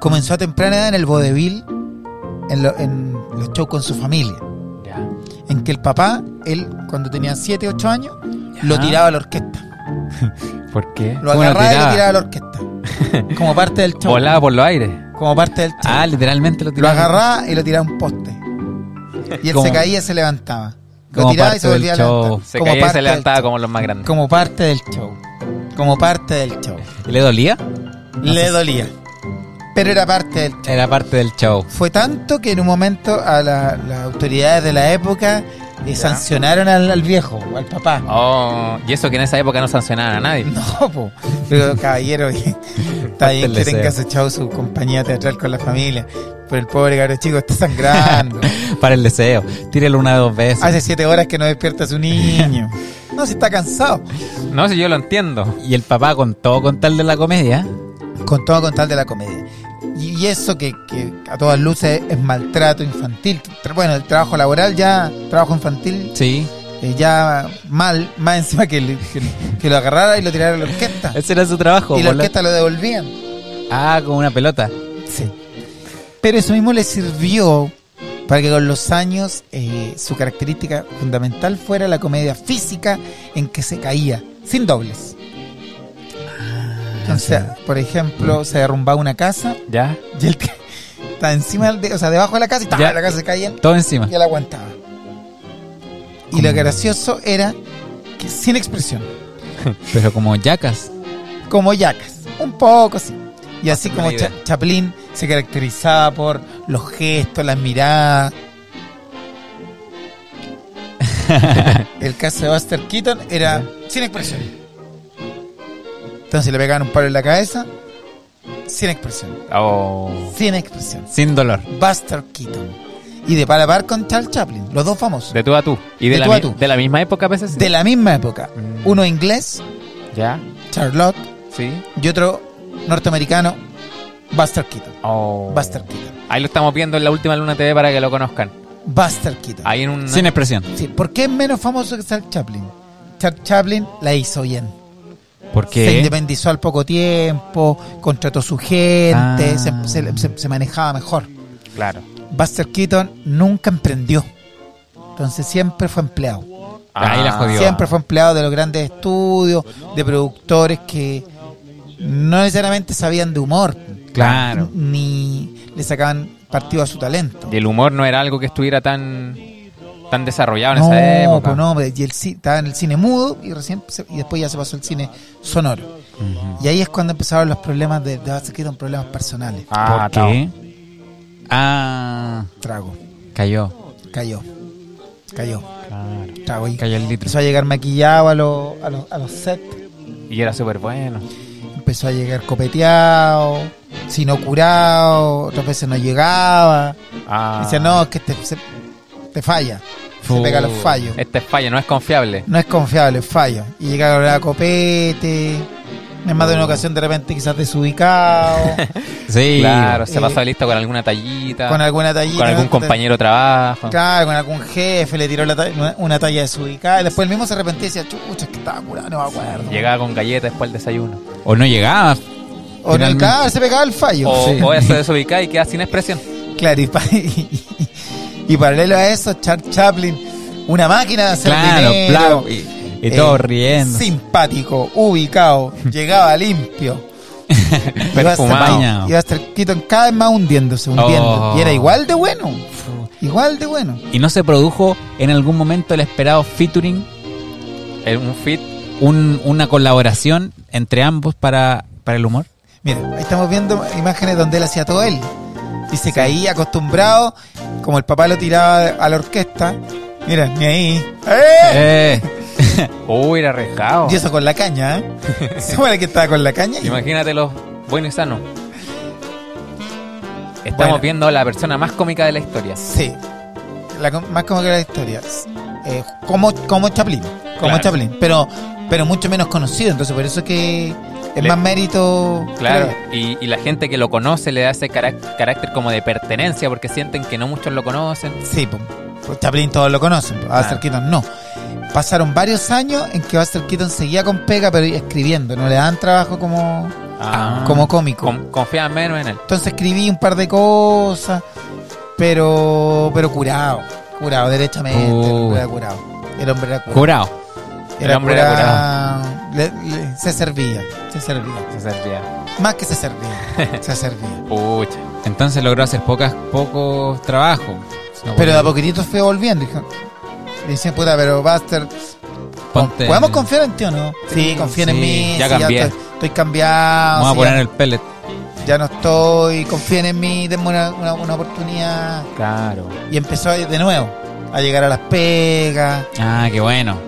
Comenzó a temprana edad en el vodevil, en, lo- en los shows con su familia. Ya. En que el papá, él cuando tenía 7, 8 años, lo Ya. tiraba a la orquesta. ¿Por qué? Lo ¿Cómo lo agarraba y lo tiraba? tiraba a la orquesta. Como parte del show. Volaba por los aires. Como parte del show. Ah, literalmente lo Lo tiró. agarraba y lo tiraba a un poste. Y él Como- se caía y se levantaba. Lo como tiraba y parte se volvía a del show. levantar. Se Como caía y parte se del levantaba show. como los más grandes. Como parte del show. Como parte del show. ¿Le dolía? Le dolía. Pero era parte del Era parte del show. Fue tanto que en un momento a la- las autoridades de la época eh, sancionaron al, al viejo, al papá. Oh, y eso que en esa época no sancionaban a nadie. No, po. Pero, caballero, que- está bien que Parte del tenga deseo. acechado su compañía teatral con la familia. Pero el pobre cabrón chico está sangrando. Para el deseo. Tírelo una o dos veces. Hace siete horas que no despierta a su niño. No, si está cansado. No sé, yo lo entiendo. Y el papá con todo con tal de la comedia. Con todo con tal de la comedia. Y, y eso que, que a todas luces es maltrato infantil. Tra- Bueno, el trabajo laboral ya, trabajo infantil Sí. eh, ya mal, más encima que, le- que, que lo agarrara y lo tirara a la orquesta. Ese era su trabajo. Y la volar. orquesta lo devolvían. Ah, con una pelota. Sí. Pero eso mismo le sirvió para que con los años eh, su característica fundamental fuera la comedia física en que se caía, sin dobles. Entonces, por ejemplo, se derrumbaba una casa ¿Ya? y él está encima, de, o sea, debajo de la casa y ¡tá! Ya. la casa se caía Todo encima. y él aguantaba. Y lo gracioso era que sin expresión. Pero como yacas. como yacas, un poco sí. Y así como buena idea. Cha- Chaplin se caracterizaba por los gestos, las miradas. El caso de Buster Keaton era sin expresión. Entonces le pegaban un palo en la cabeza, sin expresión, Oh. sin expresión. Sin dolor. Buster Keaton. Y de par a par con Charles Chaplin, los dos famosos. De, De tú a tú. Y de, De la, tú a mi- tú. de la misma época a veces. la misma época. Mm. Uno inglés, ¿Ya? Charlotte, Sí. y otro norteamericano, Buster Keaton. Oh. Buster Keaton. Ahí lo estamos viendo en la última Luna TV para que lo conozcan. Buster Keaton. Ahí en un. Sin expresión. Sí, ¿Por qué es menos famoso que Charles Chaplin? Charles Chaplin la hizo bien. Se Porque independizó al poco tiempo, contrató su gente, Ah. se, se- se- se manejaba mejor. Claro. Buster Keaton nunca emprendió. Entonces siempre fue empleado. Ahí la Ah. jodió. Ah. Siempre fue empleado de los grandes estudios, de productores que no necesariamente sabían de humor. Claro. Ni le sacaban partido a su talento. Y el humor no era algo que estuviera tan. tan desarrollado en No, esa época. pues no, y el, ci- estaba en el cine mudo y recién se- y después ya se pasó al cine sonoro. Y ahí es cuando empezaron los problemas de, de Buster Keaton, problemas personales. Ah, ¿Por qué? Ah, Trago, cayó. cayó, cayó, Claro. trago. Y Cayó el litro. empezó a llegar maquillado a, los- a, los- a los sets, Y era súper bueno. empezó a llegar copeteado, sino curado, otras veces no llegaba. Ah. Decían, no, es que te, se- te falla. se pega los fallos. Este es fallo, no es confiable. No es confiable, es fallo. Y llega a la copete. En más de una ocasión, de repente, quizás desubicado. Sí. Claro, se eh, pasó de listo con alguna tallita. con alguna tallita. con algún ¿no? compañero de trabajo. Claro, con algún jefe le tiró la ta- una- una talla desubicada. Y después el mismo se arrepentía y decía, chucha, es que estaba curado, no me acuerdo. Llegaba con galletas después del desayuno. O no llegaba. o no, finalmente. claro, se pegaba el fallo. O, Sí. o eso desubicado y queda sin expresión. Claro, y, pa- y- y paralelo a eso, Charles Chaplin, una máquina de hacer Claro, dinero. claro. Y, y todo Eh, riendo. Simpático, ubicado, llegaba limpio. Iba a ser- Perfumado. Iba a estar Keaton cada vez más hundiéndose, hundiendo. Oh. Y era igual de bueno. Igual de bueno. Y no se produjo en algún momento el esperado featuring, Es un fit. un- una colaboración entre ambos para, para el humor. Mira, ahí estamos viendo imágenes donde él hacía todo él. Y se caía acostumbrado, como el papá lo tiraba a la orquesta. Mira, ni ahí. ¡Eh! Eh, Uy, era arriesgado. Y eso con la caña, ¿eh? Se muere que estaba con la caña. y- Imagínate los buenos y sanos. Estamos Bueno. viendo a la persona más cómica de la historia. Sí. La com- más como que la historia. Eh, como, como Chaplin. Como Claro. Chaplin. Pero, pero mucho menos conocido. Entonces, por eso es que es Le- más mérito. Claro, y, y la gente que lo conoce le da ese carac- carácter como de pertenencia porque sienten que no muchos lo conocen. Sí, po. Pues Chaplin todos lo conocen, po. Buster Keaton no. Pasaron varios años en que Buster Keaton seguía con pega, pero escribiendo. No le dan trabajo como, Ah. como cómico. Con- confían menos en él. Entonces escribí un par de cosas, pero pero curado. Curado, derechamente. el Uy. hombre era curado. El hombre era curado. curado. el hombre era Le- le- se servía, se servía. Se sentía, Más que se servía, se servía. Pucha. Entonces logró hacer pocas, pocos trabajos. No, Pero de a bueno, poquitito fue volviendo. dijo. Le dicen, puta, pero Buster, ponte- ¿podemos confiar en ti o no? Sí, confíen en sí, mí. ya sí, cambié. estoy, estoy cambiado. Vamos a sí, poner ya, el pellet. ya no estoy, confíen en mí, denme una, una- una oportunidad. Claro. Y empezó de nuevo a llegar a las pegas. Ah, qué bueno.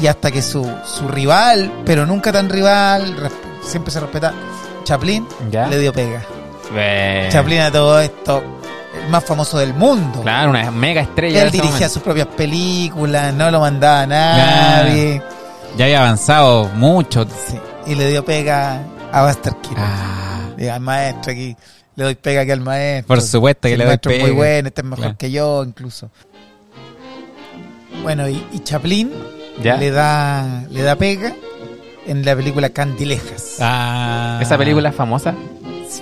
y hasta que su, su rival, pero nunca tan rival, res- siempre se respeta, Chaplin, Ya. le dio pega. Eh, Chaplin a todo esto, el más famoso del mundo. Claro, una mega estrella. Él de ese dirigía momento. sus propias películas, no lo mandaba a nadie. Ya había avanzado mucho. Sí, Y le dio pega a Buster Keaton. Ah, Diga, al maestro aquí, le doy pega aquí al maestro. Por supuesto que el le doy maestro es muy pega. bueno, este es mejor Claro. que yo incluso. Bueno, y, y Chaplin Ya. le da le da pega en la película Candilejas. ah. Esa película es famosa.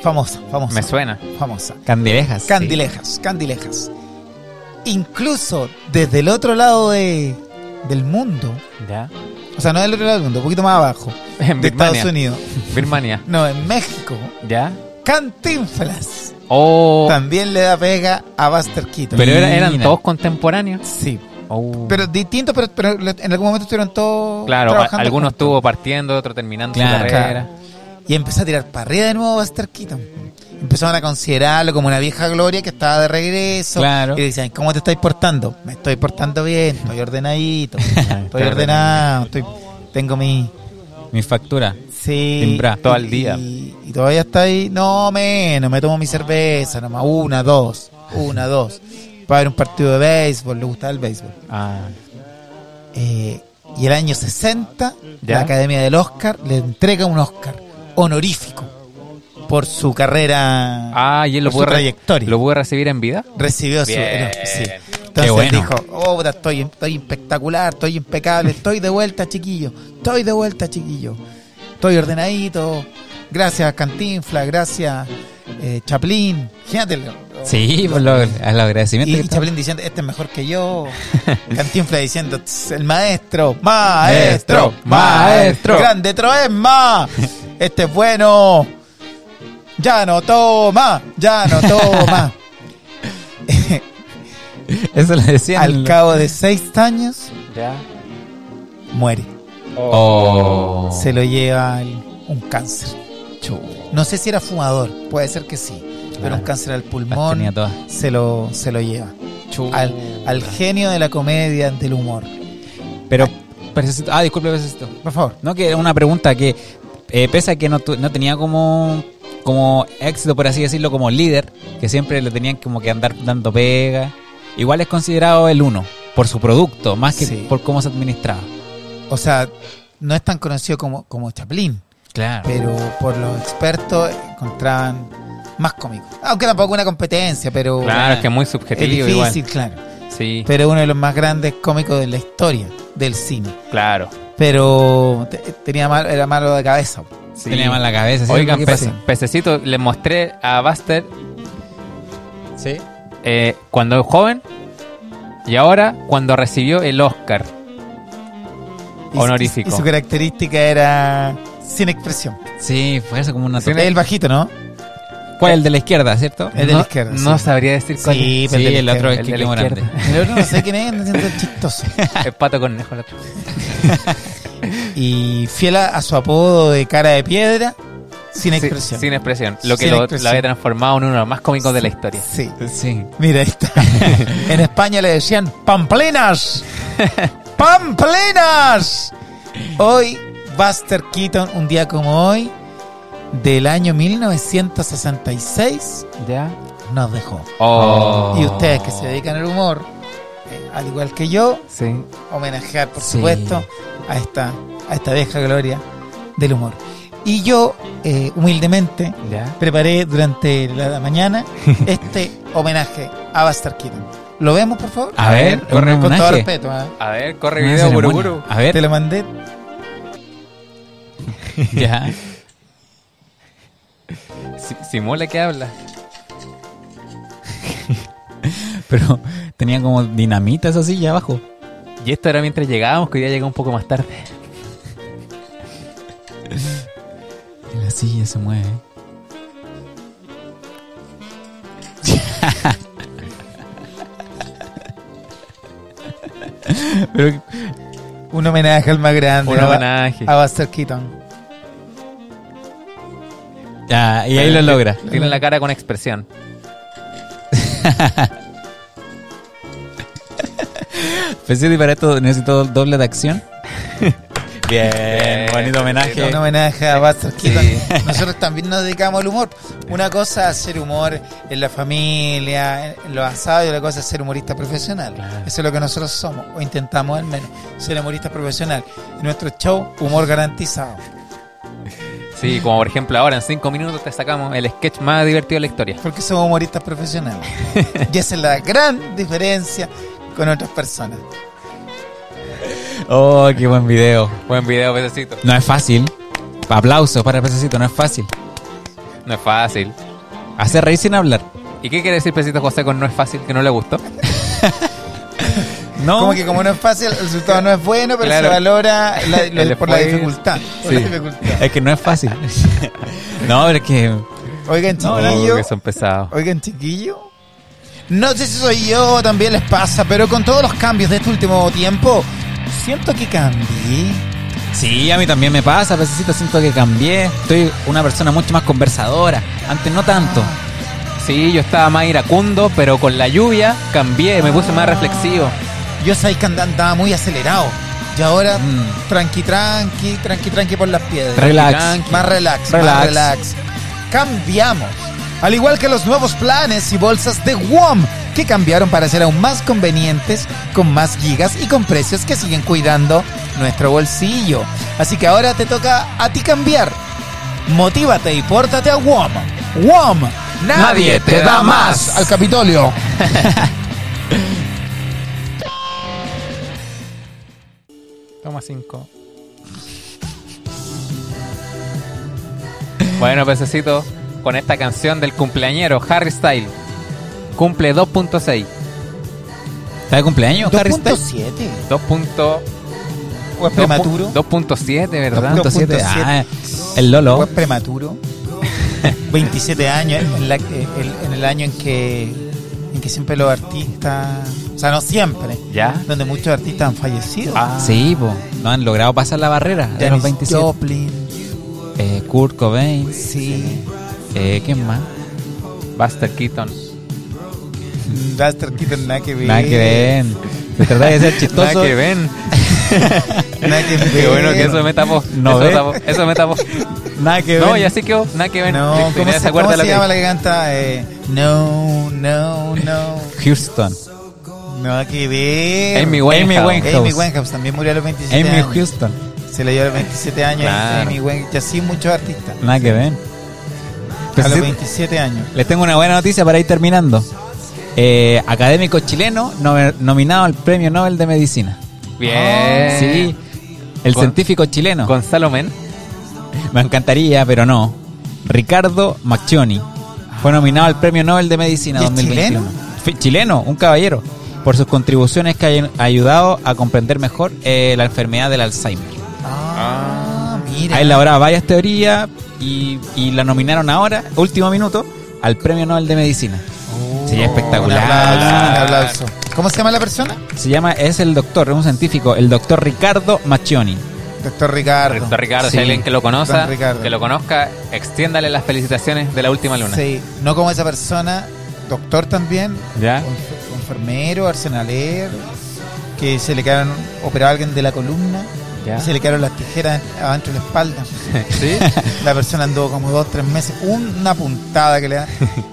Famosa, famosa. Me suena. Famosa. Candilejas. sí. Candilejas, candilejas. Incluso desde el otro lado de, del mundo, Ya. o sea, no del otro lado del mundo, un poquito más abajo, En de Estados Birmania. Unidos, Birmania. no, en México, Ya. Cantinflas O. también le da pega a Buster Oh, Keaton. Pero era- eran Mira. todos contemporáneos. sí, Oh. pero distintos, pero, pero en algún momento estuvieron todos. claro, a- trabajando algunos juntos. estuvo partiendo, otro terminando Claro. su carrera. Ah, Y empezó a tirar para arriba de nuevo a Buster Keaton. Empezaron a considerarlo como una vieja gloria que estaba de regreso. Claro. Y le decían, ¿cómo te estáis portando? Me estoy portando bien, estoy ordenadito, estoy Claro. ordenado, estoy, tengo mi... Mi factura. Sí. Timbra, y- todo al día. Y, y todavía está ahí, no menos, me tomo mi cerveza, nomás una, dos, una, dos. Para ver un partido de béisbol, le gustaba el béisbol. Ah, Eh, y el año 60, ¿Ya? la Academia del Oscar le entrega un Oscar honorífico por su carrera, Ah, y él lo por pudo, su re- trayectoria. lo pudo recibir en vida. Recibió su... Bien. no, sí. Entonces Qué bueno. dijo, oh, puta, estoy, estoy espectacular, estoy impecable, estoy de vuelta, chiquillo, estoy de vuelta, chiquillo, estoy ordenadito, gracias Cantinfla, gracias eh, Chaplin, fíjate, lo- Sí, por lo, a los agradecimientos. y, que y Chaplin diciendo, este es mejor que yo. Cantinfla diciendo, "Tss, el maestro, maestro, Maestro, maestro. maestro. Grande Troesma. Este es bueno. Ya no toma, ya no toma. está- Eso le decían. Al cabo de seis años, Ya. muere. Oh. Se lo lleva el- un cáncer. No sé si era fumador, puede ser que sí. Pero Claro. un cáncer al Las tenía pulmón todas. se lo, se lo lleva. Chu. Al, al genio de la comedia, del humor. Pero, Pececito- ah, disculpe, Pececito. Por favor. No, que era una pregunta que, eh, pese a que no, tu- no tenía como, como éxito, por así decirlo, como líder, que siempre le tenían como que andar dando pega, igual es considerado el uno, por su producto, más que Sí. por cómo se administraba. O sea, no es tan conocido como, como Chaplin, Claro. pero por los expertos encontraban más cómico. Aunque tampoco una competencia, pero Claro, es que es muy es subjetivo difícil, igual. claro. Sí, Pero es uno de los más grandes cómicos de la historia del cine. claro. Pero te- tenía mal, era malo de cabeza. Sí. Tenía mal la cabeza. ¿sí? Oigan, ¿Qué pece- pasa? pececito, les mostré a Buster Sí. eh, cuando joven y ahora cuando recibió el Oscar. Y su- Honorífico. Y su característica era sin expresión. Sí, fue eso como una Sí, torta. Es el bajito, ¿no? ¿Cuál? El de la izquierda, ¿cierto? El de no, la izquierda, No sí. sabría decir cuál Sí, Sí, pero el de el la otro izquierda. es El de Kike la Morante. izquierda. El otro no sé quién es, no siento chistoso. es. El pato conejo. la- Y fiel a, a su apodo de cara de piedra, sin Sí, expresión. Sin expresión. Lo que Sin lo, expresión. lo había transformado en uno de los más cómicos de la historia. Sí. Sí. Mira, ahí está. en España le decían ¡Pamplinas! ¡Pamplinas! Hoy, Buster Keaton, un día como hoy, del año 1966, ¿Ya? nos dejó. Oh. Y ustedes que se dedican al humor, eh, al igual que yo, Sí. homenajear, por Sí. supuesto, a esta, a esta vieja gloria del humor. Y yo, eh, humildemente, ¿Ya? preparé durante la mañana este homenaje a Buster Keaton. ¿Lo vemos, por favor? A ver, con, corre con homenaje. todo respeto. ¿ah? A ver, corre Una video, ceremonia. buruburu. A ver, Te lo mandé. ya. Si- Simula que habla. Pero tenía como dinamitas así ya abajo. Y esto era mientras llegábamos, que hoy día llegó un poco más tarde. Y la silla se mueve. Pero Un homenaje al más grande. Un a- homenaje. A Buster Keaton. ya, ah, y ahí lo logra. Tiene la cara con expresión. Pensé que para esto necesito doble de acción. Bien, bonito homenaje. Un homenaje a Buster Keaton. Nosotros también nos dedicamos al humor. Una cosa es hacer humor en la familia, en los asados, y otra cosa es ser humorista profesional. Eso es lo que nosotros somos, o intentamos al menos, ser humorista profesional. En nuestro show, humor garantizado. Sí, como por ejemplo ahora en cinco minutos te sacamos el sketch más divertido de la historia. Porque somos humoristas profesionales. y esa es la gran diferencia con otras personas. Oh, qué buen video. Buen video, pececito. No es fácil. Aplausos para el pececito, no es fácil. No es fácil. Hacer reír sin hablar. ¿Y qué quiere decir Pecito José con no es fácil que no le gustó? No. Como que como no es fácil, el resultado no es bueno, pero Claro. se valora la- lo- El por, la esfuerzo. dificultad, por la Sí. dificultad. Es que no es fácil. no, pero es que. Oigan, Oh, chiquillo. que son pesados. Oigan, chiquillo. No sé si soy yo o también les pasa, pero con todos los cambios de este último tiempo, siento que cambié. Sí, a mí también me pasa, pececito. Siento que cambié. Estoy una persona mucho más conversadora. Antes no tanto. Sí, yo estaba más iracundo, pero con la lluvia cambié, me puse más reflexivo. Yo sabía que and- andaba muy acelerado. Y ahora, Mm. tranqui, tranqui, tranqui, tranqui por las piedras. Relax. Tranqui. Más relax, más Relax. relax. Cambiamos. Al igual que los nuevos planes y bolsas de WOM, que cambiaron para ser aún más convenientes, con más gigas y con precios que siguen cuidando nuestro bolsillo. Así que ahora te toca a ti cambiar. Motívate y pórtate a WOM. WOM, nadie, Nadie te da más. Al Capitolio. Toma cinco. Bueno, Pececito, con esta canción del cumpleañero Harry Styles. Cumple 2.6. ¿Está de cumpleaños, Harry Styles? 2.7. 2.2. ¿O es prematuro? 2.7, ¿verdad? 2.7. 2.7. Ah, el Lolo. ¿O es prematuro? 27 años, en, la- el- en el año en que, en que siempre los artistas, o sea, no siempre, ¿Ya? donde muchos artistas han fallecido. Ah, Sí, po. No han logrado pasar la barrera de los Janis 27. Joplin, Eh, Kurt Cobain. sí, Eh, ¿Quién más? Buster Keaton. Buster Keaton, nada que ver. Nada que ver. Me trata de ser Nada chistoso. que ven. Nada que ver. Qué bueno que eso me tapó. No eso, ve. tapó, eso me tapó. Nada que No, ver. ya sí quedó. Nada que ven. No, ¿cómo Nadie se, se acuerda cómo lo se que llama la que canta? Eh, no, no, no. Houston. No, que ver. Amy Winehouse. Amy Winehouse. Amy Winehouse también murió a los 27 Amy años. Houston. Se le dio a los 27 años. Claro. Amy Winehouse. Y así muchos artistas. Nada que ver. a los Necesito- 27 años. Les tengo una buena noticia para ir terminando. Eh, académico chileno nome- nominado al Premio Nobel de Medicina. Eh. Bien. Sí, el Con- científico chileno. Gonzalo Men. Me encantaría, pero no. Ricardo Macchioni fue nominado al Premio Nobel de Medicina ¿Y es 2021. chileno? Fi- Chileno, un caballero, por sus contribuciones que hayan ayudado a comprender mejor eh, la enfermedad del Alzheimer. Ah, mira. Ha elaborado varias teorías y, y la nominaron ahora, último minuto, al Premio Nobel de Medicina. Sería espectacular. Oh, Un aplauso, un aplauso. ¿Cómo se llama la persona? Se llama, es el doctor, es un científico, el doctor Ricardo Macchioni. Doctor Ricardo. Don Ricardo, Sí. si hay alguien que lo conozca, Don Ricardo. que lo conozca, extiéndale las felicitaciones de la última luna. Sí, no como esa persona, doctor también, ¿Ya? enf- enfermero, arsenalero, que se le quedaron, operó a alguien de la columna, Ya. y se le quedaron las tijeras adentro de la espalda. ¿Sí? La persona anduvo como dos, tres meses, una puntada que le dan.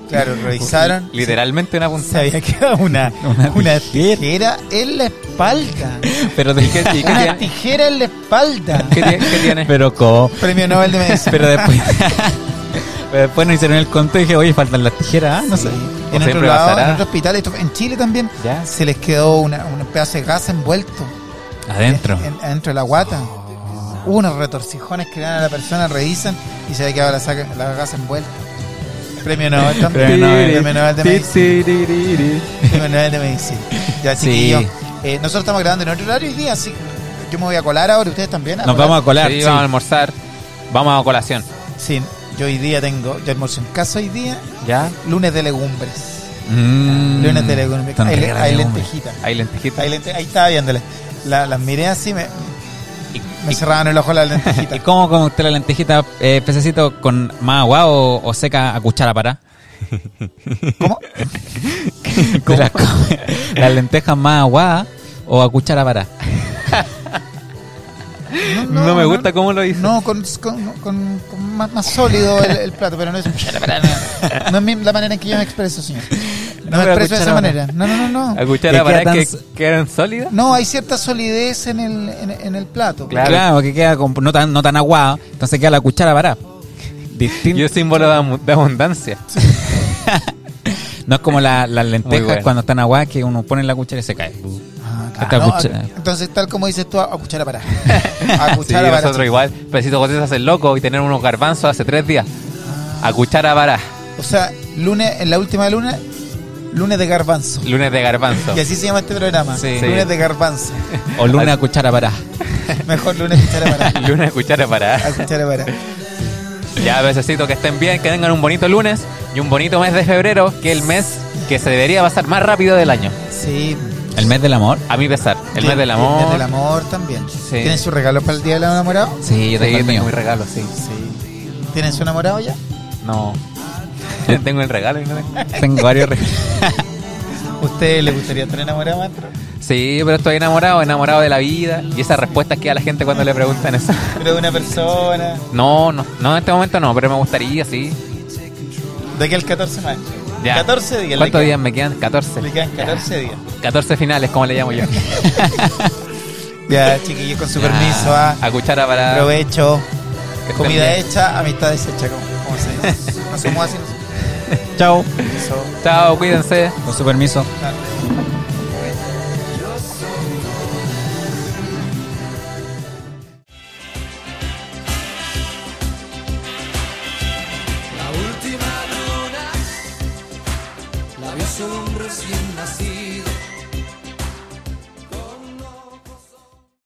Claro, revisaron. Literalmente una punta. Se había quedado una, Una una tijera en la espalda. Pero, de- ¿Y qué, y qué Una tiene? tijera en la espalda. ¿Qué tiene? ¿Qué tiene? pero ¿cómo? Premio Nobel de Medicina. Pero después, pero después nos hicieron el conto y dije, oye, faltan las tijeras, ah, no sé. En siempre otro, lado, pasará. en otro hospital, esto- en Chile también, Ya. se les quedó una, un pedazo de gas envuelto Adentro. en- adentro de la guata. Hubo Unos retorcijones que le dan a la persona, revisan y se ve que la, saca, la gasa envuelta. Premio Nobel también. Premio Nobel. Premio Nobel de Medicina. Premio Nobel de Medicina. Ya, Sí. chiquillos, eh, nosotros estamos grabando en otro horario hoy día, así que yo me voy a colar ahora, ustedes también. Nos vamos a colar. Sí, sí. vamos a almorzar. Vamos a colación. Sí, yo hoy día tengo, yo almuerzo en casa hoy día, ¿Ya? lunes de legumbres. Mm. lunes de legumbres. Tan Hay, le- rara, hay hombre. lentejitas. Hay lentejitas. Ahí, lente- ahí estaba viéndola. La- las miré así, me, me cerraban el ojo las lentejitas. ¿Y cómo come usted la lentejita, eh, pececito, con más agua o, o seca a cuchara para? ¿Cómo? ¿Cómo? Las, come- las lentejas más agua o a cuchara para. No, me gusta cómo lo hizo. No, con, con, con- con más, más sólido el, el plato, pero no es, no es mi- la manera en que yo me expreso, señor. No No, me pero expreso de esa cuchara, manera. No, no, no, A no. cuchara Que para queda que tan- quedan sólidas. No, hay cierta solidez en el, en, en el plato. Claro. Claro, porque queda con- no tan, no tan aguado, entonces queda la cuchara para. Distinto. Yo símbolo de, amu- de abundancia. No es como la- las lentejas Muy bueno. cuando están aguadas que uno pone la cuchara y se cae. Ah, Esta No, cuchara. a- entonces, tal como dices tú, a, a cuchara para. A Sí, cuchara para. nosotros igual. Pesito José se hace el loco y tener unos garbanzos hace tres días. A cuchara para. O sea, lunes, en la última luna, lunes de garbanzo. Lunes de garbanzo. Y así se llama este programa. Sí. Lunes de garbanzo. O luna a cuchara para. Mejor lunes de cuchara para. Lunes de cuchara para. A cuchara para. Ya, pececito, que estén bien, que tengan un bonito lunes y un bonito mes de febrero, que es el mes que se debería pasar más rápido del año. Sí. El mes del amor. A mi pesar. El Bien, mes del amor. El mes del amor también. ¿Tienen su regalo para el día del enamorado? Sí, Sí, yo tengo el mío. tengo mi regalo, sí. Sí. ¿Tienen su enamorado ya? No. tengo el regalo y no tengo. Tengo varios regalos. ¿Usted le gustaría estar enamorado, maestro? Sí, pero estoy enamorado, enamorado de la vida. Y esas respuestas que da la gente cuando le preguntan eso. Pero de una persona. No, no, no, en este momento no, pero me gustaría, sí. De que el 14 maestro. Ya. 14 días. le ¿Cuántos quedan- días me quedan? 14. Le quedan 14 días. 14 finales, como le llamo yo. Ya, chiquillos, con su permiso. ah. A cuchara para. Provecho. Que estén Comida bien. hecha, amistad deshecha, como, como se dice. No somos así, no somos Chao. eso. Chao, cuídense. Con su permiso. Claro. La última luna la vio su hombre recién nacido.